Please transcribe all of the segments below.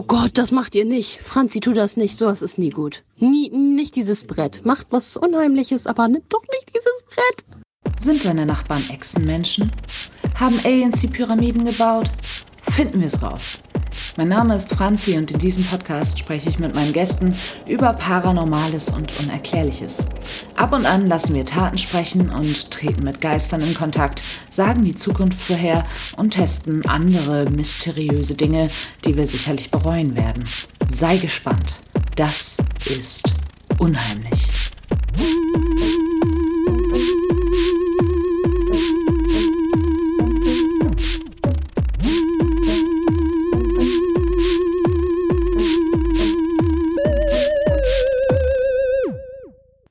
Oh Gott, das macht ihr nicht. Franzi, tu das nicht. Sowas ist nie gut. Nie, nicht dieses Brett. Macht was Unheimliches, aber nimmt doch nicht dieses Brett. Sind deine Nachbarn Echsenmenschen? Haben Aliens die Pyramiden gebaut? Finden wir es raus. Mein Name ist Franzi und in diesem Podcast spreche ich mit meinen Gästen über Paranormales und Unerklärliches. Ab und an lassen wir Taten sprechen und treten mit Geistern in Kontakt, sagen die Zukunft vorher und testen andere mysteriöse Dinge, die wir sicherlich bereuen werden. Sei gespannt. Das ist unheimlich.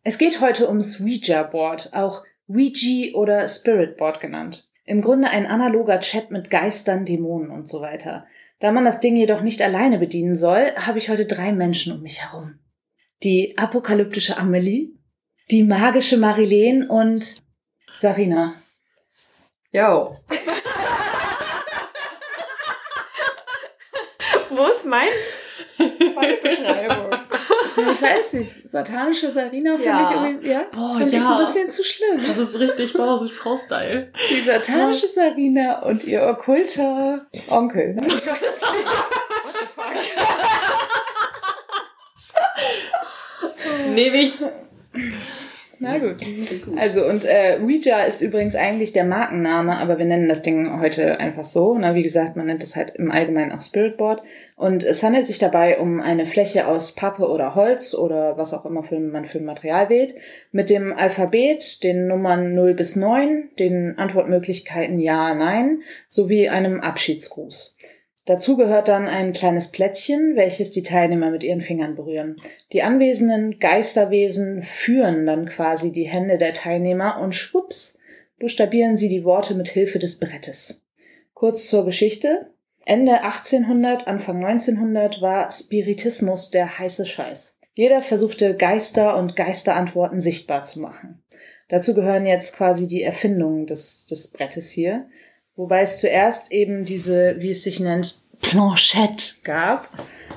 Es geht heute ums Ouija-Board, auch Ouija oder Spirit-Board genannt. Im Grunde ein analoger Chat mit Geistern, Dämonen und so weiter. Da man das Ding jedoch nicht alleine bedienen soll, habe ich heute drei Menschen um mich herum. Die apokalyptische Amelie, die magische Marilene und Sarina. Jo. Wo ist mein? Meine Beschreibung. Ich weiß nicht, satanische Sarina finde ich Ja. irgendwie, ja, Boah, finde ich ja. ein bisschen zu schlimm. Das ist richtig Bauer Südfrau-Style. Die satanische Sarina und ihr okkulter Onkel. Ne? Nehme ich. Na gut. Also und äh, Ouija ist übrigens eigentlich der Markenname, aber wir nennen das Ding heute einfach so. Na, wie gesagt, man nennt es halt im Allgemeinen auch Spiritboard. Und es handelt sich dabei um eine Fläche aus Pappe oder Holz oder was auch immer für, man für ein Material wählt, mit dem Alphabet, den Nummern 0 bis 9, den Antwortmöglichkeiten Ja, Nein sowie einem Abschiedsgruß. Dazu gehört dann ein kleines Plättchen, welches die Teilnehmer mit ihren Fingern berühren. Die anwesenden Geisterwesen führen dann quasi die Hände der Teilnehmer und schwupps buchstabieren sie die Worte mit Hilfe des Brettes. Kurz zur Geschichte. Ende 1800, Anfang 1900 war Spiritismus der heiße Scheiß. Jeder versuchte Geister und Geisterantworten sichtbar zu machen. Dazu gehören jetzt quasi die Erfindungen des, des Brettes hier. Wobei es zuerst eben diese, wie es sich nennt, Planchette gab.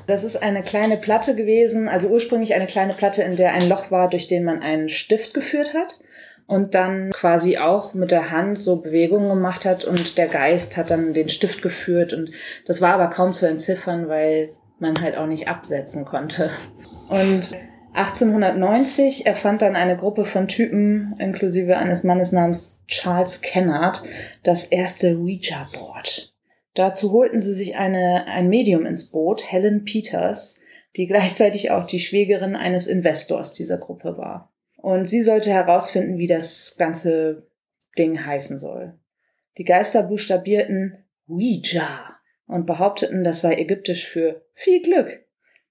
Das ist eine kleine Platte gewesen, also ursprünglich eine kleine Platte, in der ein Loch war, durch den man einen Stift geführt hat und dann quasi auch mit der Hand so Bewegungen gemacht hat und der Geist hat dann den Stift geführt und das war aber kaum zu entziffern, weil man halt auch nicht absetzen konnte. Und 1890 erfand dann eine Gruppe von Typen, inklusive eines Mannes namens Charles Kennard, das erste Ouija-Board. Dazu holten sie sich eine, ein Medium ins Boot, Helen Peters, die gleichzeitig auch die Schwägerin eines Investors dieser Gruppe war. Und sie sollte herausfinden, wie das ganze Ding heißen soll. Die Geister buchstabierten Ouija und behaupteten, das sei ägyptisch für viel Glück.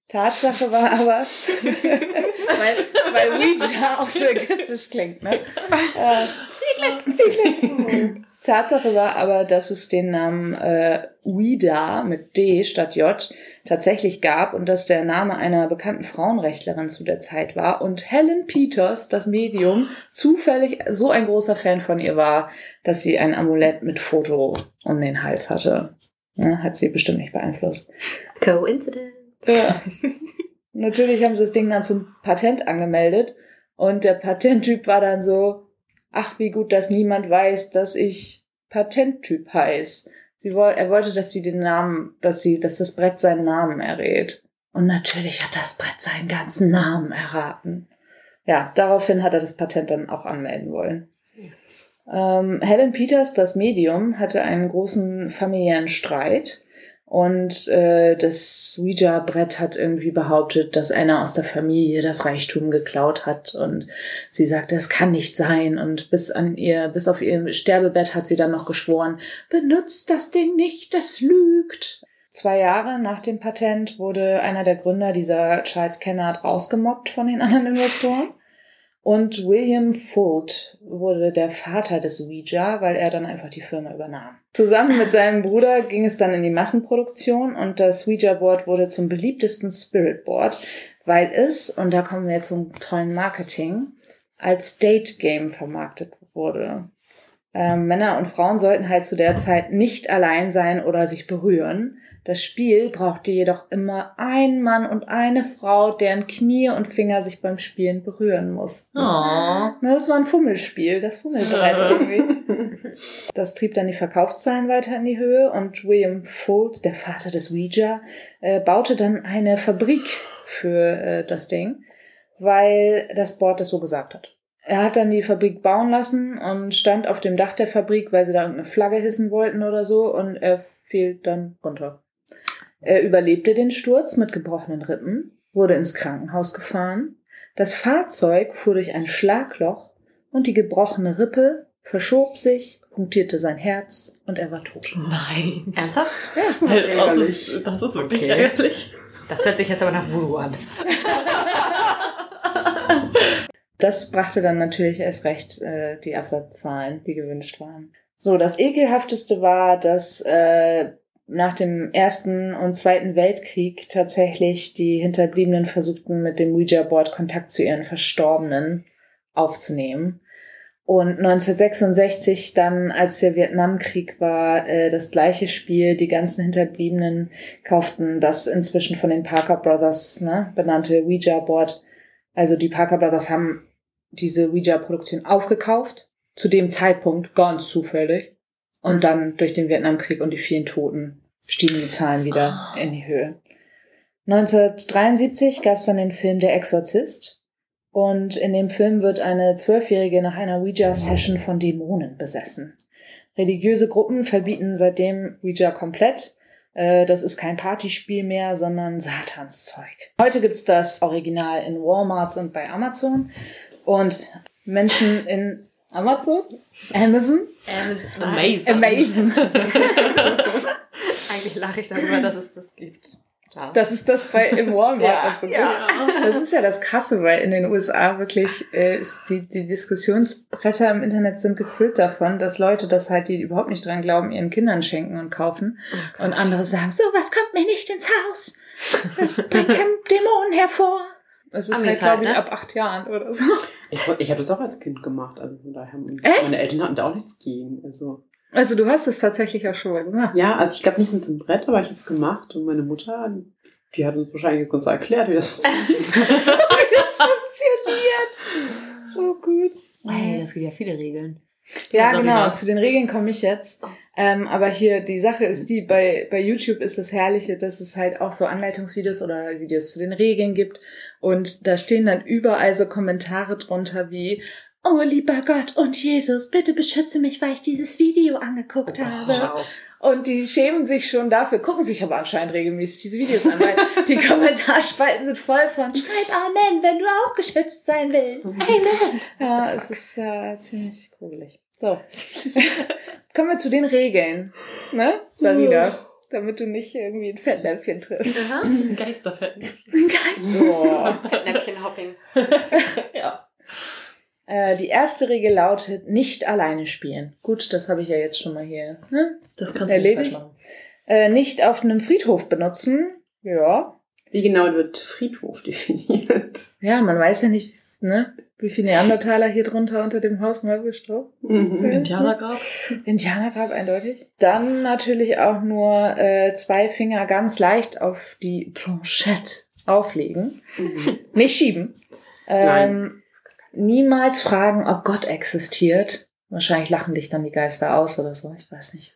Tatsache war aber, weil, weil Ouija auch so ägyptisch klingt, ne? Äh, Tatsache war aber, dass es den Namen äh, Ouida mit D statt J tatsächlich gab und dass der Name einer bekannten Frauenrechtlerin zu der Zeit war und Helen Peters, das Medium, zufällig so ein großer Fan von ihr war, dass sie ein Amulett mit Foto um den Hals hatte. Ja, hat sie bestimmt nicht beeinflusst. Coincidence. Ja. Natürlich haben sie das Ding dann zum Patent angemeldet und der Patenttyp war dann so, ach wie gut, dass niemand weiß, dass ich Patenttyp heiß. Sie woll er wollte, dass sie den Namen, dass sie, dass das Brett seinen Namen errät. Und natürlich hat das Brett seinen ganzen Namen erraten. Ja, daraufhin hat er das Patent dann auch anmelden wollen. Ähm, Helen Peters, das Medium, hatte einen großen familiären Streit. Und äh, das Ouija-Brett hat irgendwie behauptet, dass einer aus der Familie das Reichtum geklaut hat. Und sie sagte, es kann nicht sein. Und bis an ihr, bis auf ihr Sterbebett hat sie dann noch geschworen, benutzt das Ding nicht, das lügt. Zwei Jahre nach dem Patent wurde einer der Gründer dieser Charles Kennard rausgemobbt von den anderen Investoren. Und William Fuld wurde der Vater des Ouija, weil er dann einfach die Firma übernahm. Zusammen mit seinem Bruder ging es dann in die Massenproduktion und das Ouija-Board wurde zum beliebtesten Spirit-Board, weil es, und da kommen wir jetzt zum tollen Marketing, als Date-Game vermarktet wurde. Ähm, Männer und Frauen sollten halt zu der Zeit nicht allein sein oder sich berühren, Das Spiel brauchte jedoch immer einen Mann und eine Frau, deren Knie und Finger sich beim Spielen berühren mussten. Oh. Na, das war ein Fummelspiel, das Fummelbrett Ja. irgendwie. Das trieb dann die Verkaufszahlen weiter in die Höhe und William Fold, der Vater des Ouija, äh, baute dann eine Fabrik für äh, das Ding, weil das Board das so gesagt hat. Er hat dann die Fabrik bauen lassen und stand auf dem Dach der Fabrik, weil sie da irgendeine Flagge hissen wollten oder so und er fiel dann runter. Er überlebte den Sturz mit gebrochenen Rippen, wurde ins Krankenhaus gefahren. Das Fahrzeug fuhr durch ein Schlagloch und die gebrochene Rippe verschob sich, punktierte sein Herz und er war tot. Nein. Halt, Ernsthaft? Das ist, das ist wirklich Okay. ärgerlich. Das hört sich jetzt aber nach Voodoo an. Das brachte dann natürlich erst recht äh, die Absatzzahlen, die gewünscht waren. So, das ekelhafteste war, dass äh, nach dem Ersten und Zweiten Weltkrieg tatsächlich die Hinterbliebenen versuchten, mit dem Ouija-Board Kontakt zu ihren Verstorbenen aufzunehmen. Und 1966 dann, als der Vietnamkrieg war, äh, das gleiche Spiel. Die ganzen Hinterbliebenen kauften das inzwischen von den Parker Brothers ne, benannte Ouija-Board. Also die Parker Brothers haben diese Ouija-Produktion aufgekauft, zu dem Zeitpunkt ganz zufällig. Und dann durch den Vietnamkrieg und die vielen Toten stiegen die Zahlen wieder in die Höhe. 1973 gab es dann den Film Der Exorzist. Und in dem Film wird eine Zwölfjährige nach einer Ouija-Session von Dämonen besessen. Religiöse Gruppen verbieten seitdem Ouija komplett. Äh, Das ist kein Partyspiel mehr, sondern Satanszeug. Heute gibt's das Original in Walmarts und bei Amazon. Und Menschen in Amazon? Amazon? Ähm, Amazing. Amazon. Eigentlich lache ich darüber, dass es das gibt. Klar. Das ist das bei im Walmart Ja, und so. ja. Das ist ja das Krasse, weil in den USA wirklich äh, ist die, die Diskussionsbretter im Internet sind gefüllt davon, dass Leute das halt, die überhaupt nicht dran glauben, ihren Kindern schenken und kaufen. Oh und andere sagen, so was kommt mir nicht ins Haus. Das bringt Dämonen hervor. Das ist Amis halt, glaube halt, ich, ab ne? acht Jahren oder so. Ich, ich habe das auch als Kind gemacht, also von daher. Echt? Meine Eltern hatten da auch nichts gegen. Also. Also du hast es tatsächlich auch schon mal gemacht. Ja, also ich glaube nicht mit so einem Brett, aber ich habe es gemacht und meine Mutter, die hat uns wahrscheinlich uns erklärt, wie das funktioniert. Das funktioniert. So gut. Ey, das gibt ja viele Regeln. Ja, Darüber. genau. Zu den Regeln komme ich jetzt. Ähm, aber hier, die Sache ist die, bei, bei YouTube ist das Herrliche, dass es halt auch so Anleitungsvideos oder Videos zu den Regeln gibt. Und da stehen dann überall so Kommentare drunter wie, oh lieber Gott und Jesus, bitte beschütze mich, weil ich dieses Video angeguckt habe. Und die schämen sich schon dafür, gucken sich aber anscheinend regelmäßig diese Videos an, weil die Kommentarspalten sind voll von Schreib Amen, wenn du auch geschützt sein willst. Amen. Ja, es ist äh, ziemlich gruselig. So. Kommen wir zu den Regeln, ne, Sarina? Damit du nicht irgendwie ein Fettnäpfchen triffst. Geisterfetten. Boah. Fettnäpfchen-Hopping. Ja. Äh, die erste Regel lautet, nicht alleine spielen. Gut, das habe ich ja jetzt schon mal hier. Ne? Das kannst Erledigt. du nicht falsch machen. Äh, nicht auf einem Friedhof benutzen. Ja, Wie genau wird Friedhof definiert? Ja, man weiß ja nicht, ne, wie viele Neandertaler hier drunter unter dem Haus Möbelstrau. Mhm. Indianergrab. Indianergrab eindeutig. Dann natürlich auch nur äh, zwei Finger ganz leicht auf die Planchette auflegen. Mhm. Nicht schieben. Ähm, niemals fragen, ob Gott existiert. Wahrscheinlich lachen dich dann die Geister aus oder so. Ich weiß nicht.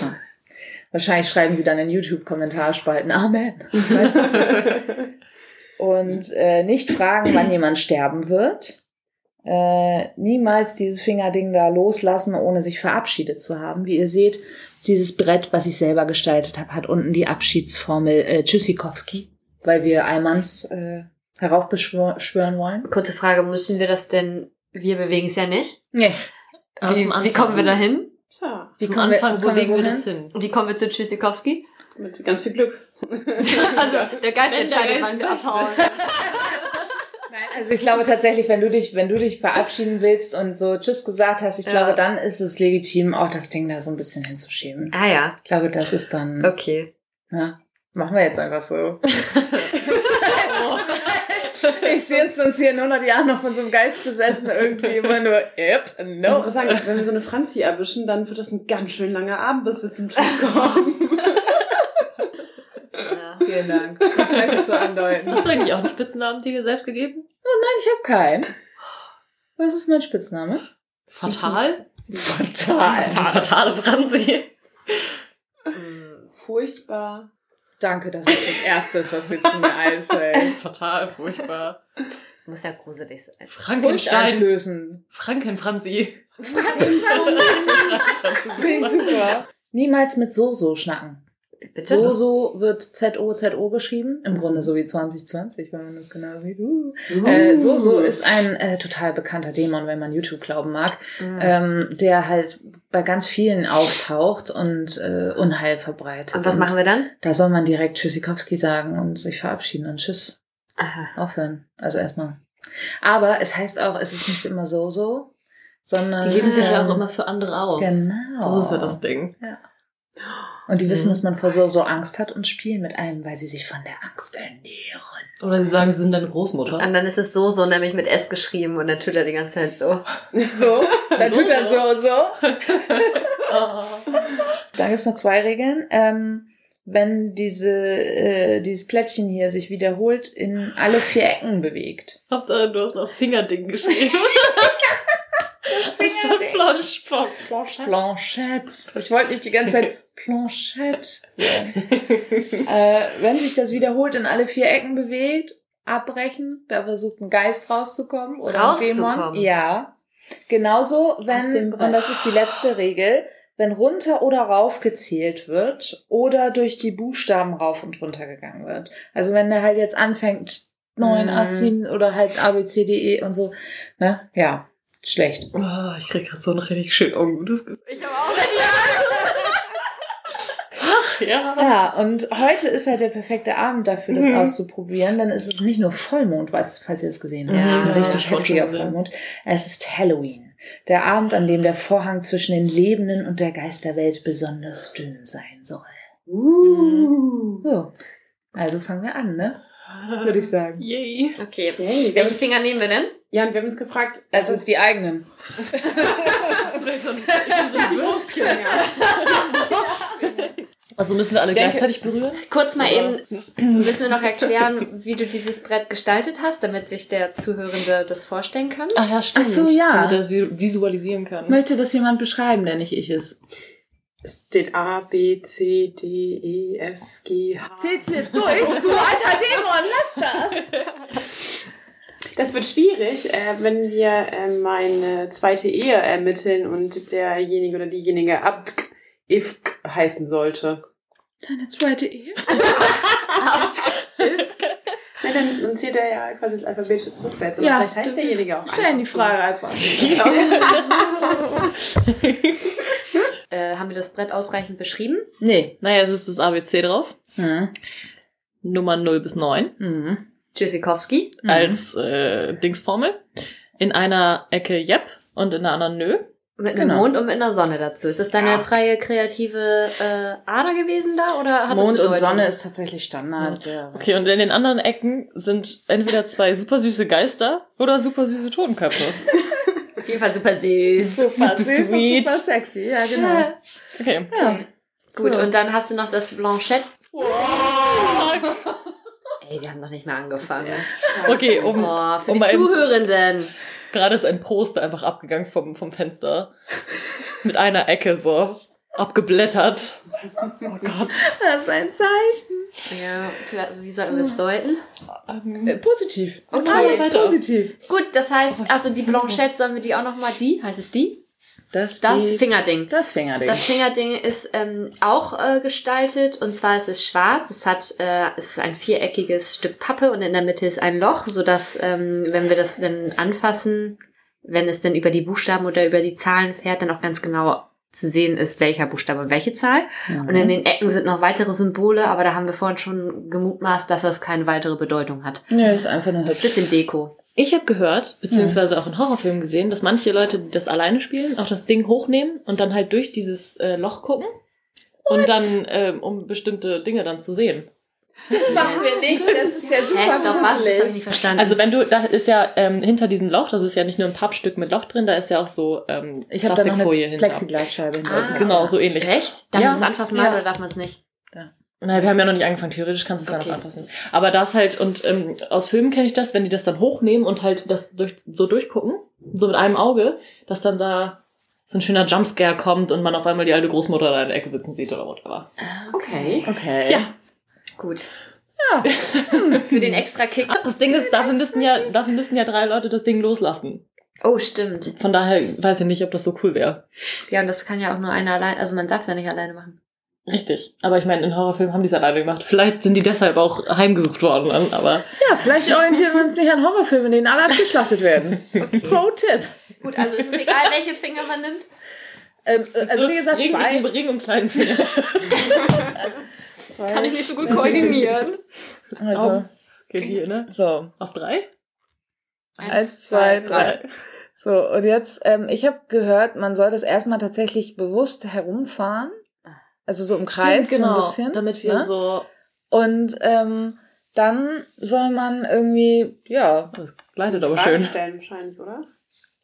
Hm. Wahrscheinlich schreiben sie dann in YouTube-Kommentarspalten Amen. Ich weiß es nicht. Und äh, nicht fragen, wann jemand sterben wird. Äh, niemals dieses Fingerding da loslassen, ohne sich verabschiedet zu haben. Wie ihr seht, dieses Brett, was ich selber gestaltet habe, hat unten die Abschiedsformel äh, Tschüssikowski, weil wir Eimanns äh, heraufbeschwören wollen. Kurze Frage, müssen wir das denn, wir bewegen es ja nicht. Nee. Aber Wie, zum Anfang- wie kommen wir da hin? Tja, Wie Zum kommen wir- Anfang, wo kommen wir legen wir wohin? das hin? Wie kommen wir zu Tschüssikowski? mit ganz viel Glück. Also, der Geist Wenn der entscheidet, Geist wann wir möchte. abhauen. Nein, also ich glaube tatsächlich, wenn du dich, wenn du dich verabschieden willst und so Tschüss gesagt hast, ich Ja. glaube, dann ist es legitim, auch das Ding da so ein bisschen hinzuschieben. Ah ja, Ich glaube, das ist dann. okay. Ja, machen wir jetzt einfach so. ich sehe jetzt uns hier nur noch die Arme von so einem Geist besessen, irgendwie immer nur, yep, Ich no. muss sagen, wenn wir so eine Franzi erwischen, dann wird das ein ganz schön langer Abend, bis wir zum Tschüss kommen. Nina. Vielen Dank. Das möchte ich so andeuten. Nein, Hast du eigentlich auch einen Spitznamen dir selbst gegeben? ich habe keinen. Was ist mein Spitzname? Fatal? Fatal. Fatale Franzi. Mm, Furchtbar. Danke, das ist das Erste, was mir zu mir einfällt. Fatal, furchtbar. Das muss ja gruselig sein. Frankenstein. lösen. Frankenfranzi. Finde ich Frankenfranzi. super. Niemals mit Soso schnacken. Bitte? Soso wird Z-O-Z-O geschrieben. Im Grunde so wie 2020, wenn man das genau sieht. Uh. Äh, Soso ist ein äh, total bekannter Dämon, wenn man YouTube glauben mag, Mm. ähm, der halt bei ganz vielen auftaucht und äh, Unheil verbreitet. Und was machen wir dann? Da soll man direkt Tschüssikowski sagen und sich verabschieden und Tschüss Aha. aufhören. Also erstmal. Aber es heißt auch, es ist nicht immer Soso, sondern... Die geben sich ja auch ähm, immer für andere aus. Genau. Das ist ja das Ding. Und die wissen, Mhm. dass man vor so, so Angst hat und spielen mit einem, weil sie sich von der Angst ernähren. Oder sie sagen, sie sind deine Großmutter. Und dann ist es so, so nämlich mit S geschrieben und dann tut er die ganze Zeit so. So, dann tut er so, so. Oh. Dann gibt's noch zwei Regeln. Ähm, wenn diese, äh, dieses Plättchen hier sich wiederholt in alle vier Ecken bewegt. Hauptsache, du hast auch Fingerding geschrieben. Fingerding. Das ist doch Planche. Planchette. Ich wollte nicht die ganze Zeit Planchette sagen. äh, wenn sich das wiederholt in alle vier Ecken bewegt, abbrechen, da versucht ein Geist rauszukommen oder ein Rauszukommen. Dämon. Ja. Genauso, Aus dem wenn, Brett. und das ist die letzte Regel, wenn runter oder rauf gezählt wird oder durch die Buchstaben rauf und runter gegangen wird. Also wenn er halt jetzt anfängt, 9, Mhm. 18 oder halt A, B, C, D, E und so, ne? Ja, schlecht. Oh, ich krieg gerade so ein richtig schön ungutes Gefühl. Ich habe auch nicht. Ja. Ja, und heute ist halt der perfekte Abend dafür, das Mhm. auszuprobieren. Dann ist es nicht nur Vollmond, was, falls ihr es gesehen habt, Ja. ein richtig Ja, heftiger schon, ja. Vollmond. Es ist Halloween. Der Abend, an dem der Vorhang zwischen den Lebenden und der Geisterwelt besonders dünn sein soll. Uh. So. Also fangen wir an, ne? sagen. Yay. Okay. Okay, wir Welche haben, Finger nehmen wir denn? Jan, wir haben uns gefragt, Also es ist die eigenen. Das ist vielleicht so ein, so ein Würstchen. Also müssen wir alle Ich denke- gleichzeitig berühren? Kurz mal eben, müssen wir noch erklären, wie du dieses Brett gestaltet hast, damit sich der Zuhörende das vorstellen kann. Ach ja, stimmt. Ach so, ja. Damit er das vi- visualisieren kann. Möchte das jemand beschreiben, der nicht ich ist? es steht A, B, C, D, E, F, G, H. Tiff, durch, du alter Dämon! Das wird schwierig, äh, wenn wir äh, meine zweite Ehe ermitteln und derjenige oder diejenige Abtk Ifk heißen sollte. Deine zweite Ehe? Ja, dann, dann zählt er ja quasi das Alphabet rückwärts. Aber Ja, vielleicht heißt derjenige auch Stellen die einfach so. Frage einfach. Äh, haben wir das Brett ausreichend beschrieben? Nee. Naja, es ist das ABC drauf. Hm. Nummer 0 bis 9. Mhm. Tschüssikowski. als äh, Dingsformel. In einer Ecke Jep und in der anderen Nö. Mit einem Genau. Mond und mit einer Sonne dazu. Ist das deine Ja. freie kreative äh, Ader gewesen da oder hat Mond das und Bedeutung? Sonne ist tatsächlich Standard. Ja. Okay, und in den anderen Ecken sind entweder zwei super süße Geister oder super süße Totenköpfe. auf jeden Fall super süß. Super süß und Sweet. super sexy, ja genau. Okay. Ja. Gut, So. und dann hast du noch das Blanchett. Wow. Ey, wir haben noch nicht mal angefangen. Okay, um, Oh, für um die mal eben- Zuhörenden. gerade ist ein Poster einfach abgegangen vom, vom Fenster. Mit einer Ecke so. Abgeblättert. Oh Gott. Das ist ein Zeichen. Ja, vielleicht- wie sollen wir es deuten? Äh, Positiv. Okay. Alles Weiter. positiv. Gut, das heißt, also die Blanchette sollen wir die auch nochmal, die, heißt es die? Das, Das die- Fingerding. das Fingerding. Das Fingerding ist ähm, auch äh, gestaltet und zwar ist es schwarz. Es hat, äh, es ist ein viereckiges Stück Pappe und in der Mitte ist ein Loch, sodass, ähm, wenn wir das dann anfassen, wenn es dann über die Buchstaben oder über die Zahlen fährt, dann auch ganz genau zu sehen ist, welcher Buchstabe und welche Zahl. Mhm. Und in den Ecken sind noch weitere Symbole, aber da haben wir vorhin schon gemutmaßt, dass das keine weitere Bedeutung hat. Nö, ist einfach nur hübsch. Bisschen Deko. Ich habe gehört, beziehungsweise auch in Horrorfilmen gesehen, dass manche Leute, die das alleine spielen, auch das Ding hochnehmen und dann halt durch dieses äh, Loch gucken. Und dann, ähm, um bestimmte Dinge dann zu sehen. Das machen wir nicht, das ist ja Hä, stopp, was? Das habe ich nicht verstanden. Also wenn du, da ist ja ähm, hinter diesem Loch, das ist ja nicht nur ein Pappstück mit Loch drin, da ist ja auch so ähm, Ich habe da noch eine Plastikfolie hinter. Plexiglasscheibe hinter. Ah. Genau, so ähnlich. Recht? Darf Ja. man das anfassen mal Ja. oder darf man es nicht? Nein, wir haben ja noch nicht angefangen. Theoretisch kannst du es Okay. dann noch anfassen. Aber das halt, und ähm, aus Filmen kenne ich das, wenn die das dann hochnehmen und halt das durch, so durchgucken, so mit einem Auge, dass dann da so ein schöner Jumpscare kommt und man auf einmal die alte Großmutter da in der Ecke sitzen sieht oder whatever. Okay, Okay. Ja. gut. Ja. Hm. Für den extra Kick. Ach, das Ding ist, dafür müssen ja, dafür müssen ja drei Leute das Ding loslassen. Oh, stimmt. Von daher weiß ich nicht, ob das so cool wäre. Ja, und das kann ja auch nur einer allein, also man darf es ja nicht alleine machen. Richtig. Aber ich meine, in Horrorfilmen haben die es alleine gemacht. Vielleicht sind die deshalb auch heimgesucht worden dann, aber. Ja, vielleicht orientieren wir uns nicht an Horrorfilmen, in denen alle abgeschlachtet werden. Pro-Tipp. Gut, also ist es egal, welche Finger man nimmt. Ähm, äh, also wie gesagt, Ring, zwei. Ring, Ring und kleinen Finger. zwei. Kann ich nicht so gut koordinieren. also, Okay, hier, ne? so. Auf drei? Äh, Eins, zwei, drei. So, und jetzt, ähm, ich habe gehört, man soll das erstmal tatsächlich bewusst herumfahren. Also so im Kreis Stimmt, so genau, ein bisschen. Damit wir ne? so oh, Und ähm, dann soll man irgendwie, ja, das gleitet aber Fragen schön. stellen wahrscheinlich, oder?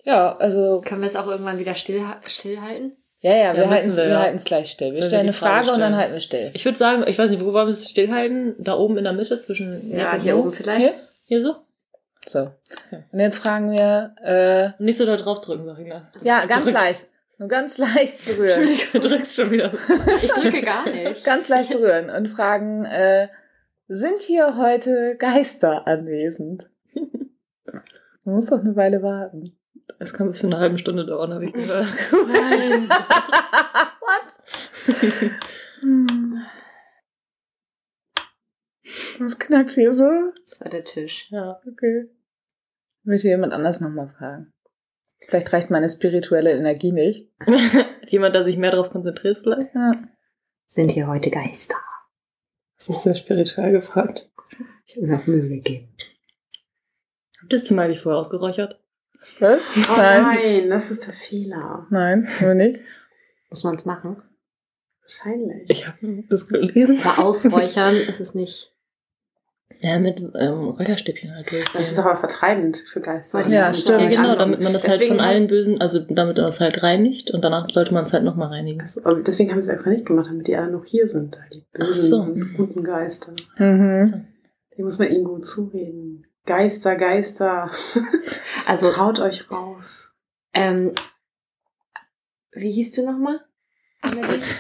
ja, also, Können wir es auch irgendwann wieder still, stillhalten? ja, ja, wir müssen halten es wir, wir, ja. halten's gleich still. Wir Wenn wir stellen die eine Frage, Frage und dann stellen. halten wir still. Ich würde sagen, ich weiß nicht, wo wollen wir es stillhalten? Da oben in der Mitte zwischen Ja, Jack und hier Mo? oben vielleicht. Hier? Hier so? So. Und jetzt fragen wir, äh, Nicht so da drauf drücken, Sarina. ja, ganz drückst. leicht. Nur ganz leicht berühren. Entschuldigung, du drückst schon wieder. Ich drücke gar nicht. Ganz leicht berühren und fragen, äh, sind hier heute Geister anwesend? Man muss doch eine Weile warten. Es kann bis zu einer halben Stunde dauern, habe ich gehört. Nein. Hm. Was knackt hier so? Das war der Tisch. Ja. Okay. Möchte jemand anders nochmal fragen? Vielleicht reicht meine spirituelle Energie nicht. Hat Jemand, der sich mehr darauf konzentriert vielleicht? Ja. Sind hier heute Geister? Das ist sehr spirituell gefragt. Ich habe mir noch Mühe gegeben. Habt ihr das Zimmer eigentlich vorher ausgeräuchert? Was? Oh nein, das ist der Fehler. Nein, nur nicht. Muss man es machen? Wahrscheinlich. Ich habe das gelesen. Aber ausräuchern ist es nicht. Ja, mit ähm, Räucherstäbchen halt durch. Das ist doch aber vertreibend für Geister. Ja, stimmt. Ja, genau, Andere. damit man das halt Deswegen von haben- allen Bösen, also damit man das halt reinigt und danach sollte man es halt nochmal reinigen. Also, aber deswegen haben wir es einfach nicht gemacht, damit die alle noch hier sind. halt Die Ach so. bösen, guten Geister. Mhm. Die muss man ihnen gut zureden. Geister, Geister. Also, Traut euch raus. ähm, wie hieß du nochmal?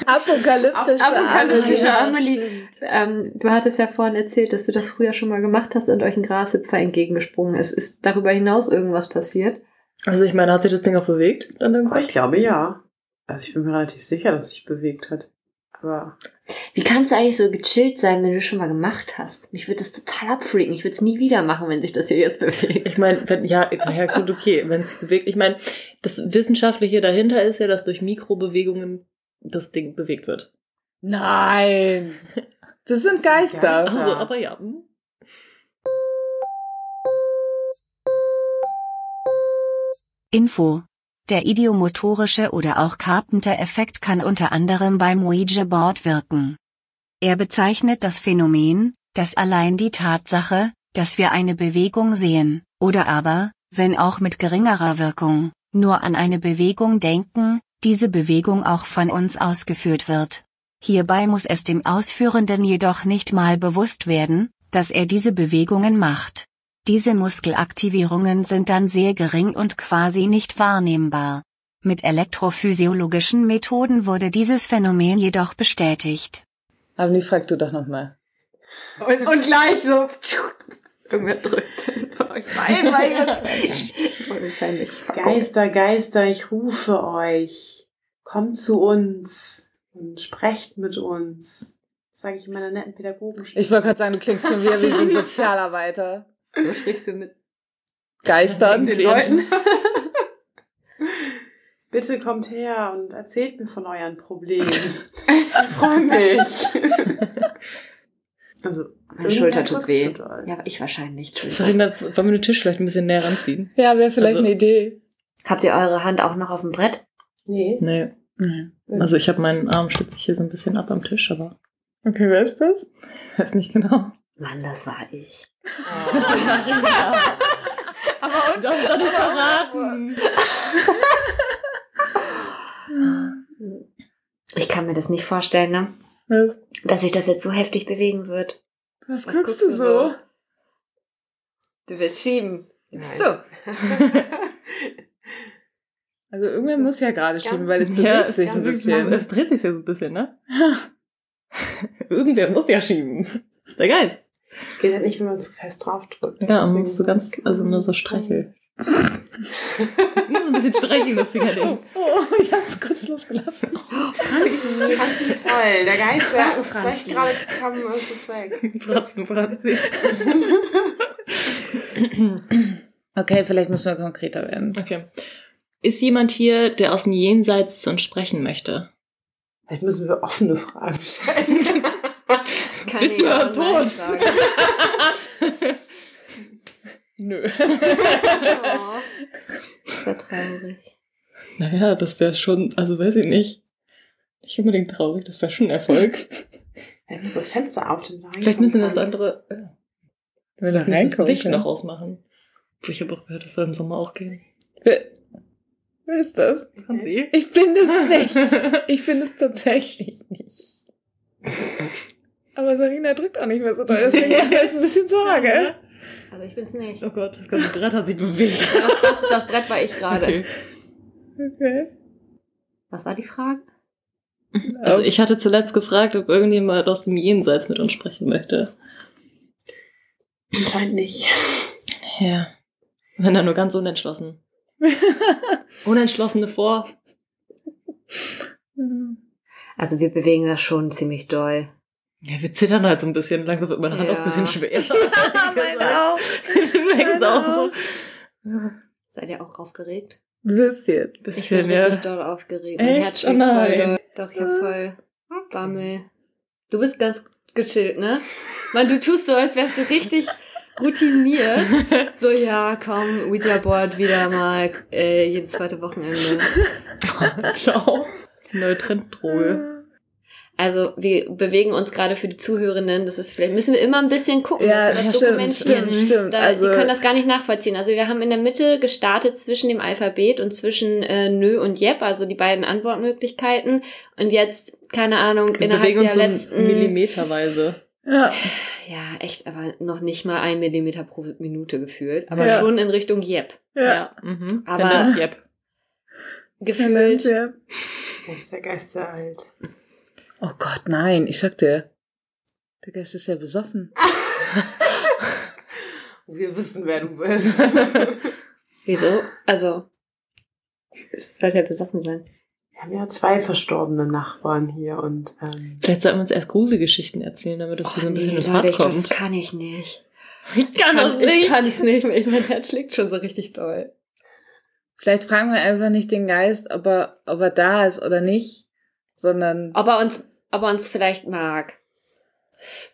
Apokalyptische Apokalyptische Amelie. Amelie. Ähm, du hattest ja vorhin erzählt, dass du das früher schon mal gemacht hast und euch ein Grashüpfer entgegengesprungen ist. Ist darüber hinaus irgendwas passiert? Also ich meine, hat sich das Ding auch bewegt? Dann Aber irgendwann? ich glaube ja. Also ich bin mir relativ sicher, dass es sich bewegt hat. Aber Wie kannst du eigentlich so gechillt sein, wenn du schon mal gemacht hast? Mich würde das total abfreaken. Ich würde es nie wieder machen, wenn sich das hier jetzt bewegt. Ich meine, wenn, ja, naja, gut, okay, wenn es bewegt. Ich meine, das Wissenschaftliche dahinter ist ja, dass durch Mikrobewegungen das Ding bewegt wird. Nein. Das sind Geister. Geister. Also, aber ja. hm. Info. Der idiomotorische oder auch Carpenter-Effekt kann unter anderem beim Ouija-Board wirken. Er bezeichnet das Phänomen, dass allein die Tatsache, dass wir eine Bewegung sehen, oder aber, wenn auch mit geringerer Wirkung, nur an eine Bewegung denken, diese Bewegung auch von uns ausgeführt wird. Hierbei muss es dem Ausführenden jedoch nicht mal bewusst werden, dass er diese Bewegungen macht. Diese Muskelaktivierungen sind dann sehr gering und quasi nicht wahrnehmbar. Mit elektrophysiologischen Methoden wurde dieses Phänomen jedoch bestätigt. Aber die frag du doch nochmal. Und, gleich so. Irgendwer drückt bei euch beiden. weil jetzt- Ich wollte es halt heimlich. Geister, Geister, ich rufe euch. Kommt zu uns und sprecht mit uns. Das sage ich in meiner netten Pädagogenstimme. Ich wollte gerade sagen, du klingst schon wieder wie so ein Sozialarbeiter. So sprichst du mit Geistern. den Leuten. Bitte kommt her und erzählt mir von euren Problemen. Ich freue mich. Also, Meine Schulter tut irgendwer weh. drückt so doll. Ja, aber ich wahrscheinlich. Entschuldigung. Sarina, wollen wir den Tisch vielleicht ein bisschen näher ranziehen? Ja, wäre vielleicht Also- eine Idee. Habt ihr eure Hand auch noch auf dem Brett? Nee. Nee. Mhm. Also ich habe meinen Arm stütze ich hier so ein bisschen ab am Tisch, aber Okay, wer ist das? weiß nicht genau. Mann, das war ich. Aber und? Du hast doch nicht verraten. Ich kann mir das nicht vorstellen, ne? Was? dass sich das jetzt so heftig bewegen wird. Was, Was guckst, du so? Du willst schieben. Nein. So. Also irgendwer muss ja gerade schieben, weil es bewegt Ja, es, sich ein bisschen. es dreht sich ja so ein bisschen, ne? Irgendwer muss ja schieben. Ist der Geist. Es geht halt nicht, wenn man zu fest drauf drückt. Ja, und musst du ganz, also nur so Streichel. nur so ein bisschen streicheln, das Fingerding. Oh, ich hab's kurz losgelassen. Franzi, Franzi, toll. Der Geist, der Franzi. vielleicht gerade kam, ist es weg. Fratzen, fratzen. Okay, vielleicht müssen wir konkreter werden. Okay. Ist jemand hier, der aus dem Jenseits zu uns sprechen möchte? Vielleicht müssen wir offene Fragen stellen. Keine Bist du Ja- ja und tot? Nein-Frage. Nö. Oh, ist ja traurig. Naja, das wäre schon, also weiß ich nicht. Nicht unbedingt traurig, das wäre schon ein Erfolg. Vielleicht muss das Fenster auf den Rhein. Vielleicht müssen wir das andere Will da Wir müssen das reinkommen. Licht noch ausmachen. Wo Ich habe auch gehört, das soll im Sommer auch gehen. Wer, wer ist das? Franzi? Ich bin das nicht. Ich bin es tatsächlich nicht. Aber Sarina drückt auch nicht mehr so doll, deswegen ist mir jetzt ein bisschen Sorge. Also ich bin's nicht. Oh Gott, das ganze Brett hat sich bewegt. Das, das, das Brett war ich gerade. Okay. Was war die Frage? Also ich hatte zuletzt gefragt, ob irgendjemand aus dem Jenseits mit uns sprechen möchte. Anscheinend nicht. Ja. Wenn dann nur ganz unentschlossen. Unentschlossene vor. Mhm. Also wir bewegen das schon ziemlich doll. Ja, wir zittern halt so ein bisschen. Langsam wird meine Hand Ja. auch ein bisschen schwer. meine auch. du merkst Meine auch so. Seid ihr auch aufgeregt? Du bist jetzt. Bisschen, Ich bin ja. richtig doll aufgeregt. Mein Herz Echt? Oh schlägt voll nein. Ah. doll. Doch hier voll Bammel. Du bist ganz gechillt, ne? Mann, du tust so, als wärst du richtig routiniert. So, ja, komm, Ouija Board wieder mal äh, jedes zweite Wochenende. Ciao. Das ist eine neue Trenddroge. Also, wir bewegen uns gerade für die Zuhörenden. Das ist vielleicht, müssen wir immer ein bisschen gucken, Ja, dass wir das stimmt, dokumentieren. stimmt, stimmt. Da, also, die können das gar nicht nachvollziehen. Also wir haben in der Mitte gestartet zwischen dem Alphabet und zwischen äh, Nö und Jep, also die beiden Antwortmöglichkeiten. Und jetzt, keine Ahnung, Wir innerhalb bewegen der uns um so letzten... millimeterweise. ja. ja, echt, aber noch nicht mal ein Millimeter pro Minute gefühlt. Aber Ja. schon in Richtung Jep. Ja. Mhm. Aber- Tendenz, yep. Gefühlt. Ja. Vielleicht ist der Geist sehr alt. Oh Gott, nein, ich sag dir. Der Geist ist ja besoffen. Wir wissen, wer du bist. Wieso? Also, es sollte ja besoffen sein. Wir haben ja zwei verstorbene Nachbarn hier und ähm, Vielleicht sollten wir uns erst Gruselgeschichten erzählen, damit das hier so ein bisschen in Fahrt ich, das kommt. kann ich nicht. ich kann Ich kann es nicht. Ich- Mein Herz schlägt schon so richtig doll. Vielleicht fragen wir einfach nicht den Geist, ob er, ob er da ist oder nicht, sondern Ob er uns, ob er uns vielleicht mag.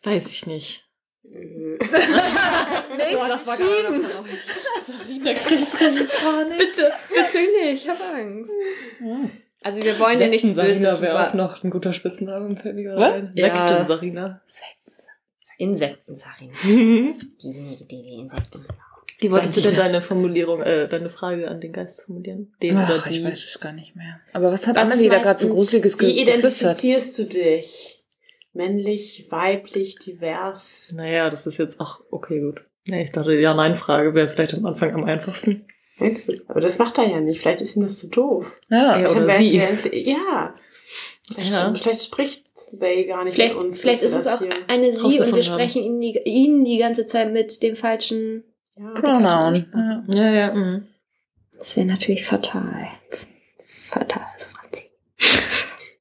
Weiß ich nicht. Boah, das war schieben. Bitte, bitte nicht, ich habe Angst. Also wir wollen dir nichts Böses. Sarina wäre auch Lieber. noch ein guter Spitzname. fällt mir gerade Was? ein. Ja. Sekten Sarina. Insekten, Sarina. Wie Diejenige, die die Insekten. wolltest du denn deine Formulierung, äh, deine Frage an den Geist formulieren? Den Ach, oder ich die? weiß es gar nicht mehr. Aber was hat Was Amelie da meinst gerade so du, gruseliges ge Wie geflüstert? identifizierst du dich? Männlich, weiblich, divers? Naja, das ist jetzt auch okay, gut. Nee, ich dachte, die Ja-Nein-Frage wäre vielleicht am Anfang am einfachsten. Meinst du? Aber das macht er ja nicht. Vielleicht ist ihm das zu doof. Ja, Ja, Vielleicht oder haben wir sie. endlich- Ja. Vielleicht, Ja. vielleicht spricht Bay gar nicht Vielleicht, mit uns. vielleicht dass ist es wir auch das hier- eine Sie und wir rausgefunden sprechen ihnen die, ihnen die ganze Zeit mit dem falschen. Ja. Pronoun. Ja. Ja, ja, mhm. Das wäre natürlich fatal. Fatal, Franzi.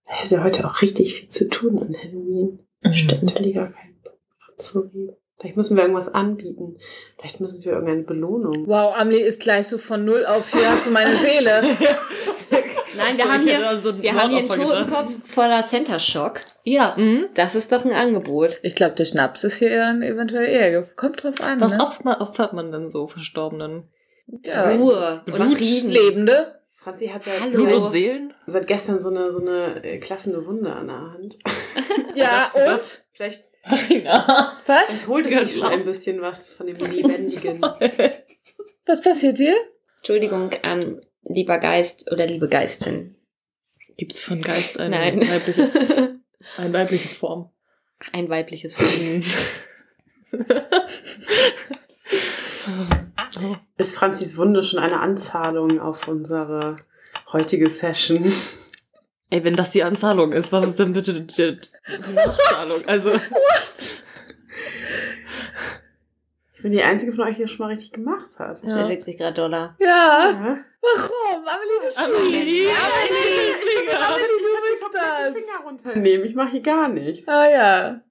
Er hat ja heute auch richtig viel zu tun an Halloween. Stimmt. Natürlich gar keinen Bock zu reden. Vielleicht müssen wir irgendwas anbieten. Vielleicht müssen wir irgendeine Belohnung. Wow, Amelie ist gleich so von null auf hier hast du meine Seele. Nein, So, wir haben ich hier, hätte so einen wir haben hier einen Mordopfer gedacht. Totenkopf voller Center Shock. Ja, mhm. Das ist doch ein Angebot. Ich glaube, der Schnaps ist hier dann eventuell eher. ge- Kommt drauf an. Was ne? oft mal opfert man denn so Verstorbenen? Ja. Ruhe und Blut, Frieden. Lebende. Franzi hat seit, Hallo. seit, Seelen? seit gestern so eine, so eine äh, klaffende Wunde an der Hand. Ja, und? Vielleicht Marina. Was? vielleicht holt es Ganz sich schon raus. ein bisschen was von dem Lebendigen. Was passiert dir? Entschuldigung, ähm, lieber Geist oder liebe Geistin. Gibt's von Geist ein Nein. weibliches, ein weibliches Form? Ein weibliches Phänomen. Ist Franzis Wunde schon eine Anzahlung auf unsere heutige Session? Ey, wenn das die Anzahlung ist, was ist denn bitte die die Nachzahlung? Also, Ich bin die einzige von euch, die das schon mal richtig gemacht hat. Das bewegt sich gerade Dollar. Ja. Ja. Warum? Amelie, du Schmied. Amelie, du bist Ich das. Finger runternehmen, ich mache hier gar nichts. Ah ja.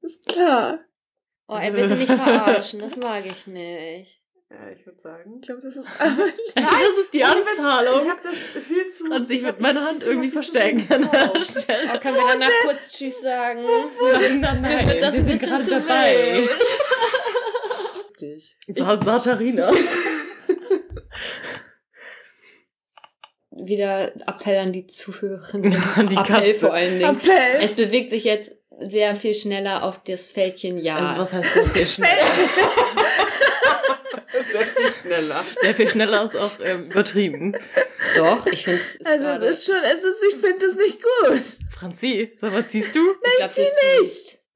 Ist klar. Oh, ey, bitte nicht verarschen, das mag ich nicht. Ja, ich würde sagen. Ich glaube, das ist Amelie. das ist die Ohne Witz, Ich Anzahlung. habe das viel zu. Und sich ich mit hab- meiner Hand ich hab irgendwie das zu verstecken wenig an der drauf. Oh, Stelle. können wir danach kurz Tschüss sagen? Nein, Mir wird das wir ein sind bisschen gerade zu dabei. wild. Sa- Satarina. Wieder Appell an die Zuhörerinnen. An die Appell Katze. vor allen Dingen. Appell. Es bewegt sich jetzt sehr viel schneller auf das Fältchen Ja. Also was heißt das hier schneller? Sehr viel schneller. Sehr viel schneller ist auch ähm, übertrieben. Doch, ich finde es. Also es ist schon, es ist, ich finde es nicht gut. Franzi, sag mal, ziehst du? ich zieh nicht.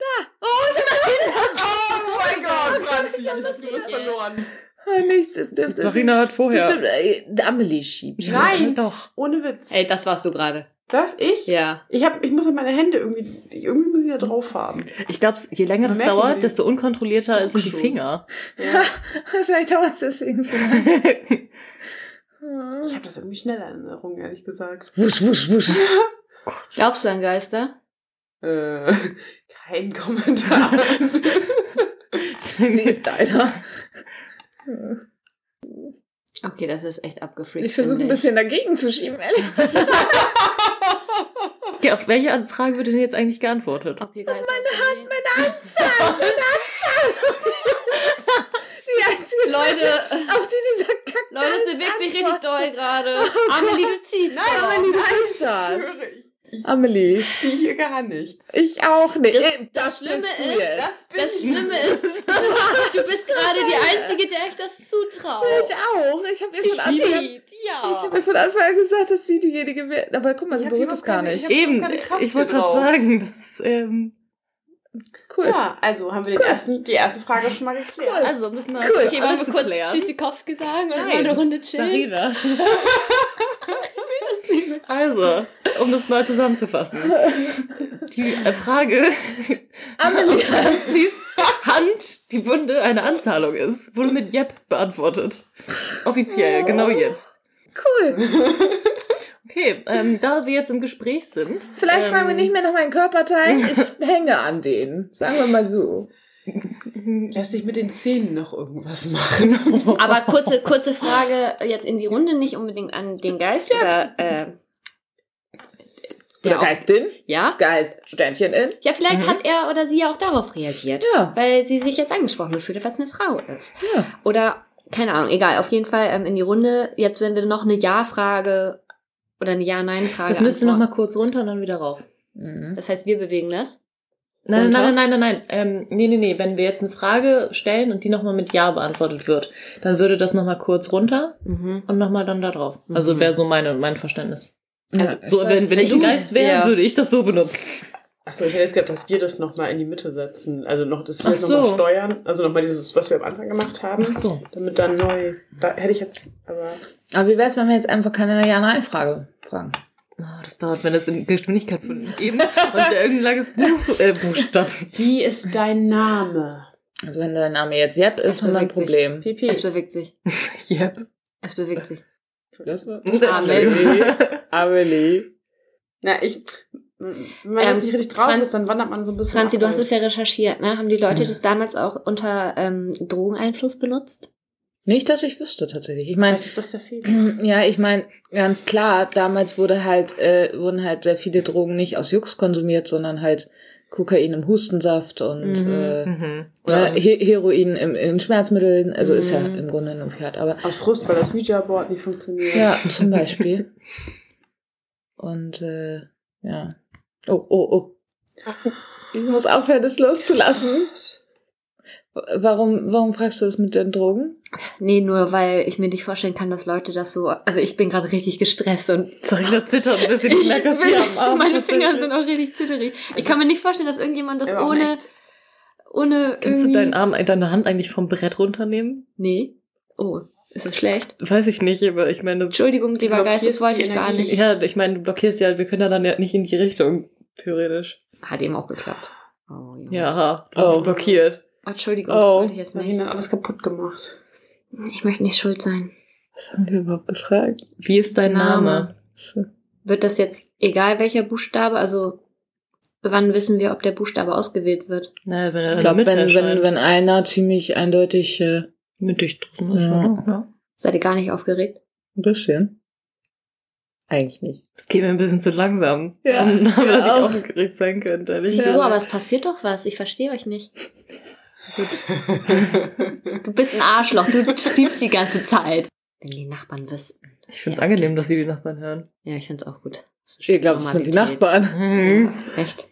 Oh mein Gott, Franzi, Was passiert jetzt? Oh, nichts, es dürfte. Sarina hat es vorher. Bestimmt, äh, Amelie schiebt. Nein. Doch. Ohne Witz. Ey, das warst du gerade. das ich? Ja. Ich, hab, ich muss meine Hände irgendwie, irgendwie muss ich da drauf haben. Ich glaube, je länger das Merken wir dauert, die- desto unkontrollierter Doch sind die schon. Finger. Ja. Wahrscheinlich dauert es deswegen so lange. Ich habe das irgendwie schneller in Erinnerung, ehrlich gesagt. Wusch, wusch, wusch. Glaubst du an Geister? Äh, kein Kommentar. Sie ist einer. Okay, das ist echt abgefreakt. Ich versuche ein finde ich. bisschen dagegen zu schieben, ehrlich gesagt. Okay, auf welche Frage wird denn jetzt eigentlich geantwortet? Okay, Geister. Meine Hand, Die einzige Leute, auf die dieser Kack Leute, es bewegt sich richtig doll gerade. Amelie, du ziehst. Nein, Oh Nein, doch. Amelie, du weißt das. das. Ich, ich Amelie. zieh hier gar nichts. Ich auch nicht. Das- Äh, das Schlimme bist du ist, jetzt. Das bin Das ich. Schlimme ist, du bist gerade die Einzige, der ich das zutraue. Ich auch. Ich habe ihr Sie von Anfang an schiebt, Ich habe ja. mir von Anfang an gesagt, dass sie diejenige wäre. Aber guck mal, sie Ich hab berührt überhaupt das gar keine- nicht. hab Eben, keine Kraft ich wollte hier gerade drauf. sagen, das ist, ähm, Cool. Ja, also haben wir den ersten, die erste Frage schon mal geklärt. also müssen wir Cool. Okay, wollen wir Alles kurz geklärt. Tschüssikowski sagen und Nein. mal eine Runde chillen? Sarina. also, um das mal zusammenzufassen. Die äh, Frage, Amelie, Franzis Hand, die Wunde eine Anzahlung ist, wurde mit Jep beantwortet. Offiziell, Oh. genau jetzt. cool. Okay, ähm, da wir jetzt im Gespräch sind. Vielleicht ähm, fragen wir nicht mehr nach meinen Körperteilen. Ich hänge an denen. Sagen wir mal so. Lässt sich mit den Zähnen noch irgendwas machen. Aber kurze, kurze Frage jetzt in die Runde, nicht unbedingt an den Geist oder äh, Der der auch, Geistin, ja? Geist, Sternchen in. Ja, vielleicht Mhm. hat er oder sie ja auch darauf reagiert. Ja. Weil sie sich jetzt angesprochen gefühlt hat, was eine Frau ist. Ja. Oder, keine Ahnung, egal, auf jeden Fall ähm, in die Runde. Jetzt, wenn wir noch eine Ja-Frage oder eine Ja-Nein-Frage Das müsst ihr antworten. nochmal kurz runter und dann wieder rauf. Mhm. Das heißt, wir bewegen das. Nein, Runter? nein, nein, nein, nein, nein. Ähm, nee, nee, nee. Wenn wir jetzt eine Frage stellen und die nochmal mit Ja beantwortet wird, dann würde das nochmal kurz runter Mhm. und nochmal dann da drauf. Mhm. Also wäre so meine, mein Verständnis. Also, So, wenn, wenn ich ein Geist wäre, Ja. würde ich das so benutzen. Achso, ich hätte jetzt gedacht, dass wir das nochmal in die Mitte setzen. Also noch, dass wir Ach das nochmal so. steuern. Also nochmal dieses, was wir am Anfang gemacht haben. Ach so. Damit dann neu. Da hätte ich jetzt, aber. Aber wie wär's, wenn wir jetzt einfach keine Ja-Nein-Frage fragen? Oh, das dauert, wenn es in Geschwindigkeit von eben und irgendein langes Buch, äh, Buchstaben. Wie ist dein Name? Also wenn dein Name jetzt Jepp ist, Es haben wir ein bewegt sich. Problem. Pipi. Es bewegt sich. Yep. Es bewegt sich. Das war- Amen. Amelie. Na, ich. Wenn man Ähm, das nicht richtig drauf Fran- ist, dann wandert man so ein bisschen. Franzi, ab. du hast es ja recherchiert, ne? Haben die Leute das damals auch unter ähm, Drogeneinfluss benutzt? Nicht, dass ich wüsste tatsächlich. Ich meine, Vielleicht ist das der Fehler. Ja, ich meine, ganz klar, damals wurde halt, äh, wurden halt sehr viele Drogen nicht aus Jux konsumiert, sondern halt Kokain im Hustensaft und äh, Mhm. oder He Heroin im, in Schmerzmitteln, also ist ja Mhm. im Grunde ein Opiat, aber Aus Frust, weil das Ouija-Board nicht funktioniert. ja, zum Beispiel. Und äh, ja. Oh, oh, oh. Ich muss aufhören, das loszulassen. Warum, warum fragst du das mit den Drogen? Nee, nur weil ich mir nicht vorstellen kann, dass Leute das so. Also ich bin gerade richtig gestresst und Sorry, da zittert ein bisschen. Ich merk das bin- hier am Arm. meine tatsächlich. Also Finger sind auch richtig zitterig. Ich kann mir nicht vorstellen, dass irgendjemand das Aber auch ohne nicht. ohne Kannst du irgendwie- deinen Arm, äh, deine Hand eigentlich vom Brett runternehmen? Nee. Oh, ist das schlecht? Weiß ich nicht, aber ich meine, Entschuldigung, lieber Blockierst Geist, das wollte die ich gar Energie. nicht. ja, ich meine, du blockierst ja, wir können ja dann ja nicht in die Richtung, theoretisch. Hat eben auch geklappt. Oh, Junge. Ja, du hast Oh. blockiert. Oh, Entschuldigung, das Oh. wollte ich jetzt Da haben nicht. dann alles kaputt gemacht. Ich möchte nicht schuld sein. Was haben wir überhaupt gefragt? Wie ist dein Name. Name? Wird das jetzt egal welcher Buchstabe, also wann wissen wir, ob der Buchstabe ausgewählt wird? Na, Ich wenn er in der glaube, Mitte wenn, wenn, erscheint. wenn einer ziemlich eindeutig äh, mittig drin ist. ja, oder? ja, Seid ihr gar nicht aufgeregt? ein bisschen. Eigentlich nicht. Das geht mir ein bisschen zu langsam. Ja, An, aber ja, dass ich auch. aufgeregt sein könnte. ehrlich Wieso? gesagt. Aber es passiert doch was. Ich verstehe euch nicht. Du bist ein Arschloch. Du stiebst die ganze Zeit. Wenn die Nachbarn wüssten. Ich finde es angenehm, dass wir die Nachbarn hören. Ja, ich find's auch gut. Ich glaube, das sind die Nachbarn. Mhm. Ja, echt.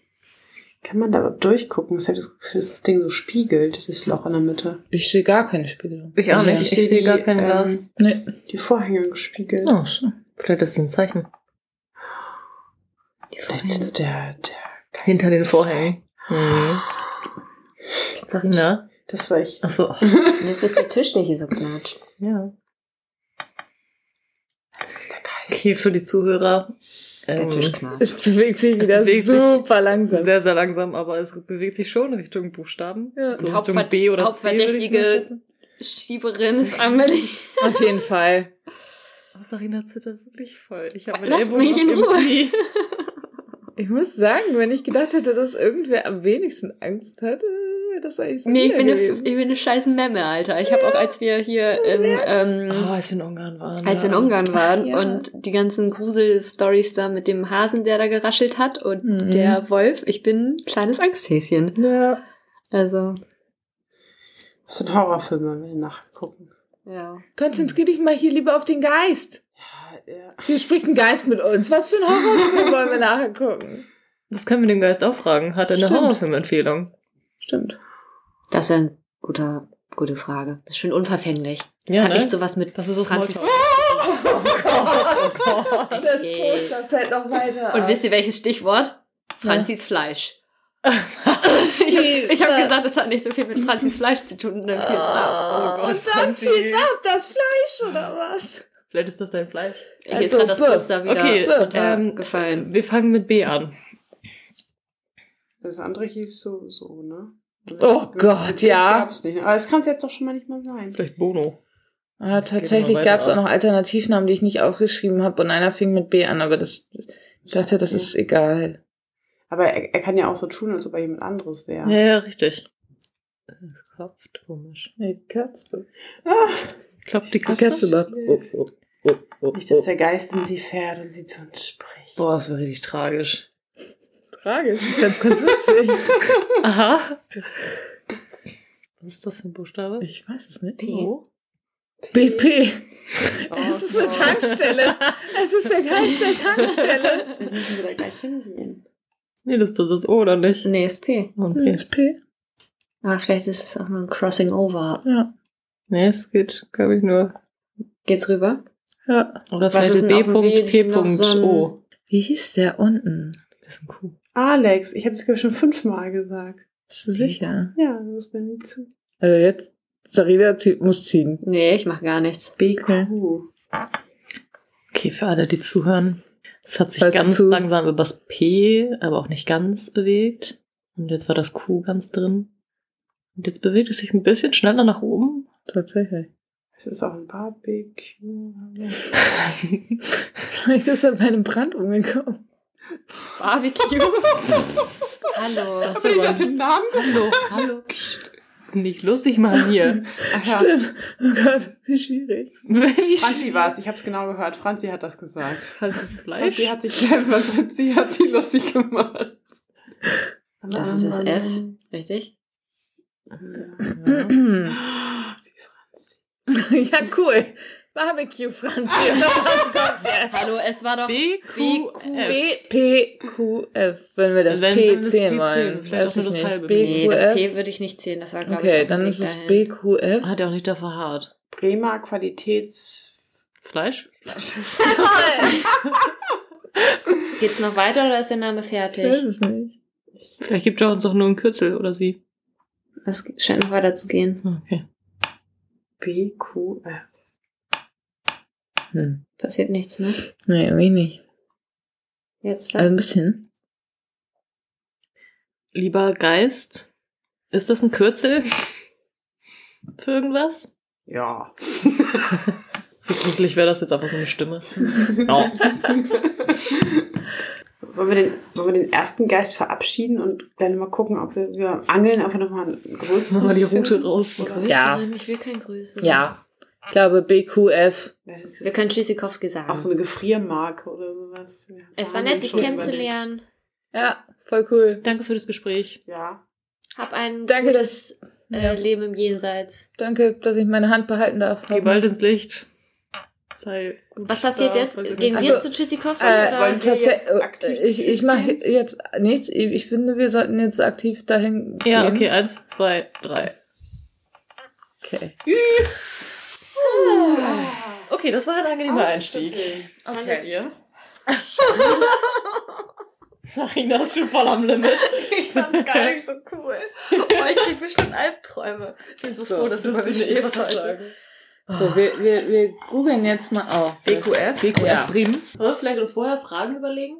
Kann man da überhaupt durchgucken? Ich habe das Gefühl, dass das Ding so spiegelt, das Loch in der Mitte. Ich sehe gar keine Spiegel. Ich auch nicht. Ich, seh sehe gar die, kein ähm, Glas. Nee. Die Vorhänge gespiegelt. Oh, so. Vielleicht ist es ein Zeichen. Vielleicht sitzt der, der. Hinter den Vorhängen. Mhm. Sarina? Das war ich. Ach so. Und jetzt ist der Tisch, der hier so knatscht. Ja. Das ist der Geist. Hier für die Zuhörer. Der Ähm, Tisch knatscht. Es bewegt sich wieder bewegt sich super langsam. sehr, sehr langsam, aber es bewegt sich schon Richtung Buchstaben. Ja. So Hauptverd- Richtung B oder C. würde ich Hauptverdächtige- mal schätzen. Schieberin ist Amelie. Auf jeden Fall. Oh, Sarina zittert wirklich voll. Ich habe Lasst mich in Ruhe. Ich muss sagen, wenn ich gedacht hätte, dass irgendwer am wenigsten Angst hat, äh, wäre das eigentlich so Nee, ich bin, eine, ich gewesen. bin eine scheiß Memme, Alter. Ich habe auch, als wir hier in, Oh, ähm, als wir in Ungarn waren. als wir in ja. Ungarn waren Ja. und die ganzen Grusel-Stories da mit dem Hasen, der da geraschelt hat und Mhm. der Wolf, ich bin ein kleines Angsthäschen. Ja. Also, Das sind Horrorfilme, wenn wir nachgucken. ja. Konzentrier dich mal hier lieber auf den Geist. Ja, ja. Hier spricht ein Geist mit uns. Was für ein Horrorfilm wollen wir nachher gucken? Das können wir den Geist auch fragen. Hat er eine Stimmt. Horrorfilmempfehlung? Stimmt. Das ist ja eine gute, gute Frage. Das ist schön unverfänglich. Das Ja, hat ne? nicht so was mit Das Oh ist so Franzis. Smalltalk. Das Okay. Poster fällt noch weiter Und ab. wisst ihr welches Stichwort? Franzis Fleisch. ich habe ich Oh hab gesagt, das hat nicht so viel mit Franzis Fleisch zu tun. Und dann fiel's ab. Oh Gott. Ah, Und dann fiel's ab, das Fleisch oder was? Vielleicht ist das dein Fleisch. Hier ist Also, gerade das buh. Poster wieder Okay, buh. runtergefallen. Ähm, Wir fangen mit B an. Das andere hieß so, so, ne? Oh Gott, ja. Gab's nicht. Aber das kann es jetzt doch schon mal nicht mal sein. Vielleicht Bono. Ah, Geht tatsächlich immer weiter gab es auch ab. noch Alternativnamen, die ich nicht aufgeschrieben habe und einer fing mit B an, aber das ich dachte, das ist egal. Aber er, er kann ja auch so tun, als ob er jemand anderes wäre. Ja, ja, richtig. Das klopft komisch. Eine Katze. Ah. Klopft die Die Katze? Katze macht. Oh, oh, oh, oh, Nicht, dass oh. der Geist in sie fährt und sie zu uns spricht. Boah, das wäre richtig tragisch. Tragisch. Ganz, ganz witzig. Aha. Was ist das für ein Buchstabe? ich weiß es nicht. P. Oh. BP. Oh Es ist eine Gott. Tankstelle. Es ist der Geist der Tankstelle. Wir müssen wieder gleich hingehen. Nee, das ist doch das O, oder nicht? Oh, Nee, ist P. Und Hm, P. Ist P? Ah, vielleicht ist es auch nur ein Crossing Over. Ja. Nee, es geht, glaube ich, nur. Geht's rüber? ja. Oder Was vielleicht ist ist denn B. auf dem Weg P. noch so ein- O. Wie hieß der unten? Das ist ein Kuh. Alex, ich habe es glaube ich schon fünfmal gesagt. Bist du sicher? Ja, du bist mir nie zu. Also jetzt, Sarina zieht, muss ziehen. Nee, ich mach gar nichts. BQ. Okay, für alle, die zuhören. Es hat sich Falls du ganz zu- langsam übers P, aber auch nicht ganz bewegt. Und jetzt war das Q ganz drin. Und jetzt bewegt es sich ein bisschen schneller nach oben. Tatsächlich. Es ist auch ein Barbecue. Vielleicht ist er bei einem Brand umgekommen. Barbecue. Hallo. Das war aber den Namen? hallo, hallo. Nicht lustig machen hier. Stimmt. Oh Gott, wie schwierig. Wie Franzi war es, ich habe es genau gehört. Franzi hat das gesagt. Falsches Fleisch. Franzi hat sich, Franzi hat sich lustig gemacht. Das ist das F, richtig? Ja. Ja. ja, Ah, Wie Franzi. cool. Barbecue, Franzi. Ah, Oh Was kommt jetzt? Hallo, es war doch BQF. B, P, Q, F. Wenn wir das Wenn- wenn wir P das zählen P wollen. zählen, vielleicht Weiß ich auch nur das nicht. halbe. B, Nee, Q, das P F. würde ich nicht zählen. Das war, glaube ich, Okay, auf dem dann Weg ist es dahin. B, Q, F. Hat er auch nicht da verharrt. Bremer Qualitäts... Fleisch? Geht's noch weiter oder ist der Name Ich weiß fertig? es nicht. Vielleicht gibt er uns doch nur einen Kürzel oder sie. Ah, Es scheint noch weiter zu gehen. Okay. BQF. Hm. Passiert nichts, ne? Nee, irgendwie nicht. Jetzt. Also ein bisschen. Lieber Geist, ist das ein Kürzel? Für irgendwas? Ja. Wie gruselig wäre das jetzt einfach so eine Stimme. Ja. Wollen wir, den, wollen wir den ersten Geist verabschieden und dann mal gucken, ob wir, wir angeln einfach nochmal einen größeren Machen wir die finden? Route raus. Oder- Ja. Größeren? Ich will kein Größeren. Ja. Ich glaube, B, Q, F. Das ist Wir können Tschüssikowski sagen. auch so eine Gefriermarke oder sowas. Wir es war haben nett, dich schon kennenzulernen. Ja, voll cool. Danke für das Gespräch. überlegt. Ja. Hab ein Danke, gutes äh, ja. Leben im Jenseits. Danke, dass ich meine Hand behalten darf. Gewalt ins Licht. Sei gut. Was passiert da, jetzt? weiß ich Gehen nicht. wir Ach so, zu Tschüssikowski Äh, oder? wollen wir tatsä- jetzt aktiv äh, ich ich dahin mache gehen? jetzt nichts. Ich, ich finde, wir sollten jetzt aktiv dahin gehen. Ja, okay, eins, zwei, drei. okay. Okay, das war ein angenehmer Einstieg. Okay. Ihr? Sarina ist schon voll am Limit. Ich fand's gar nicht so cool. Oh, ich krieg bestimmt Albträume. Ich bin so, froh, dass du mal nicht geschrieben hast. sagen. So, wir, wir, wir googeln jetzt mal auf. BQF? BQF Ja. Bremen. Wollen wir vielleicht uns vorher Fragen überlegen?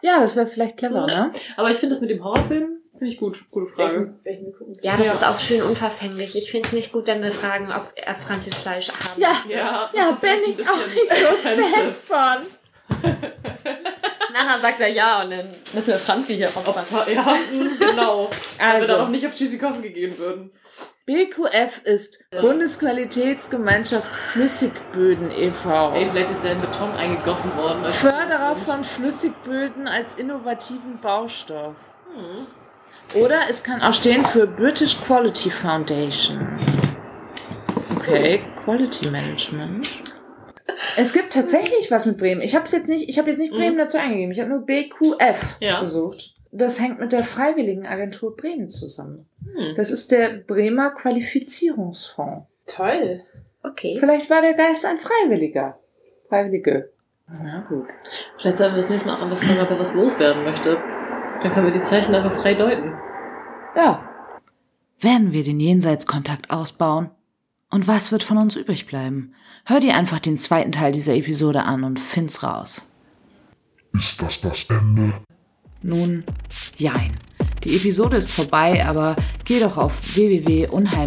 Ja, das wäre vielleicht clever, So. ne? Aber ich finde das mit dem Horrorfilm, finde ich gut. Gute Frage. Welchen, welchen gucken wir? Ja, das Ja. ist auch schön unverfänglich. Ich find's nicht gut, wenn wir fragen, ob er Franzis Fleisch haben. Ja, Ja, bin Ein ich auch bisschen nicht so offensive. Fan Nachher sagt er ja und dann müssen wir Franzi hier aufpassen. Opfer, ja, genau. Wenn wir da noch Also, nicht auf Tschüssikowski gehen würden. BQF ist Bundesqualitätsgemeinschaft Flüssigböden e e.V. Ey, vielleicht ist der in Beton eingegossen worden. Also Förderer von Flüssigböden als innovativen Baustoff. Hm. Oder es kann auch stehen für British Quality Foundation. Okay, Quality Management. Es gibt tatsächlich was mit Bremen. Ich habe jetzt nicht, ich habe jetzt nicht Bremen dazu eingegeben. Ich habe nur BQF Mhm. Ja. gesucht. Das hängt mit der Freiwilligen Agentur Bremen zusammen. Hm. Das ist der Bremer Qualifizierungsfonds. Toll. Okay. Vielleicht war der Geist ein Freiwilliger. Freiwillige. Na gut. Vielleicht sollten wir das nächste Mal auch einfach fragen, ob er was loswerden möchte. Dann können wir die Zeichen einfach frei deuten. Ja. Werden wir den Jenseitskontakt ausbauen? Und was wird von uns übrig bleiben? Hör dir einfach den zweiten Teil dieser Episode an und find's raus. Ist das das Ende? Nun, jein. Die Episode ist vorbei, aber geh doch auf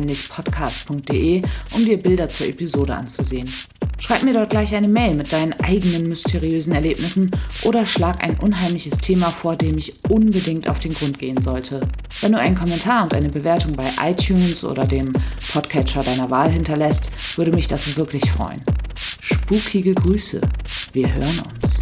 www.unheimlichpodcast.de, um dir Bilder zur Episode anzusehen. Schreib mir dort gleich eine Mail mit deinen eigenen mysteriösen Erlebnissen oder schlag ein unheimliches Thema vor, dem ich unbedingt auf den Grund gehen sollte. Wenn du einen Kommentar und eine Bewertung bei iTunes oder dem Podcatcher deiner Wahl hinterlässt, würde mich das wirklich freuen. Spukige Grüße. Wir hören uns.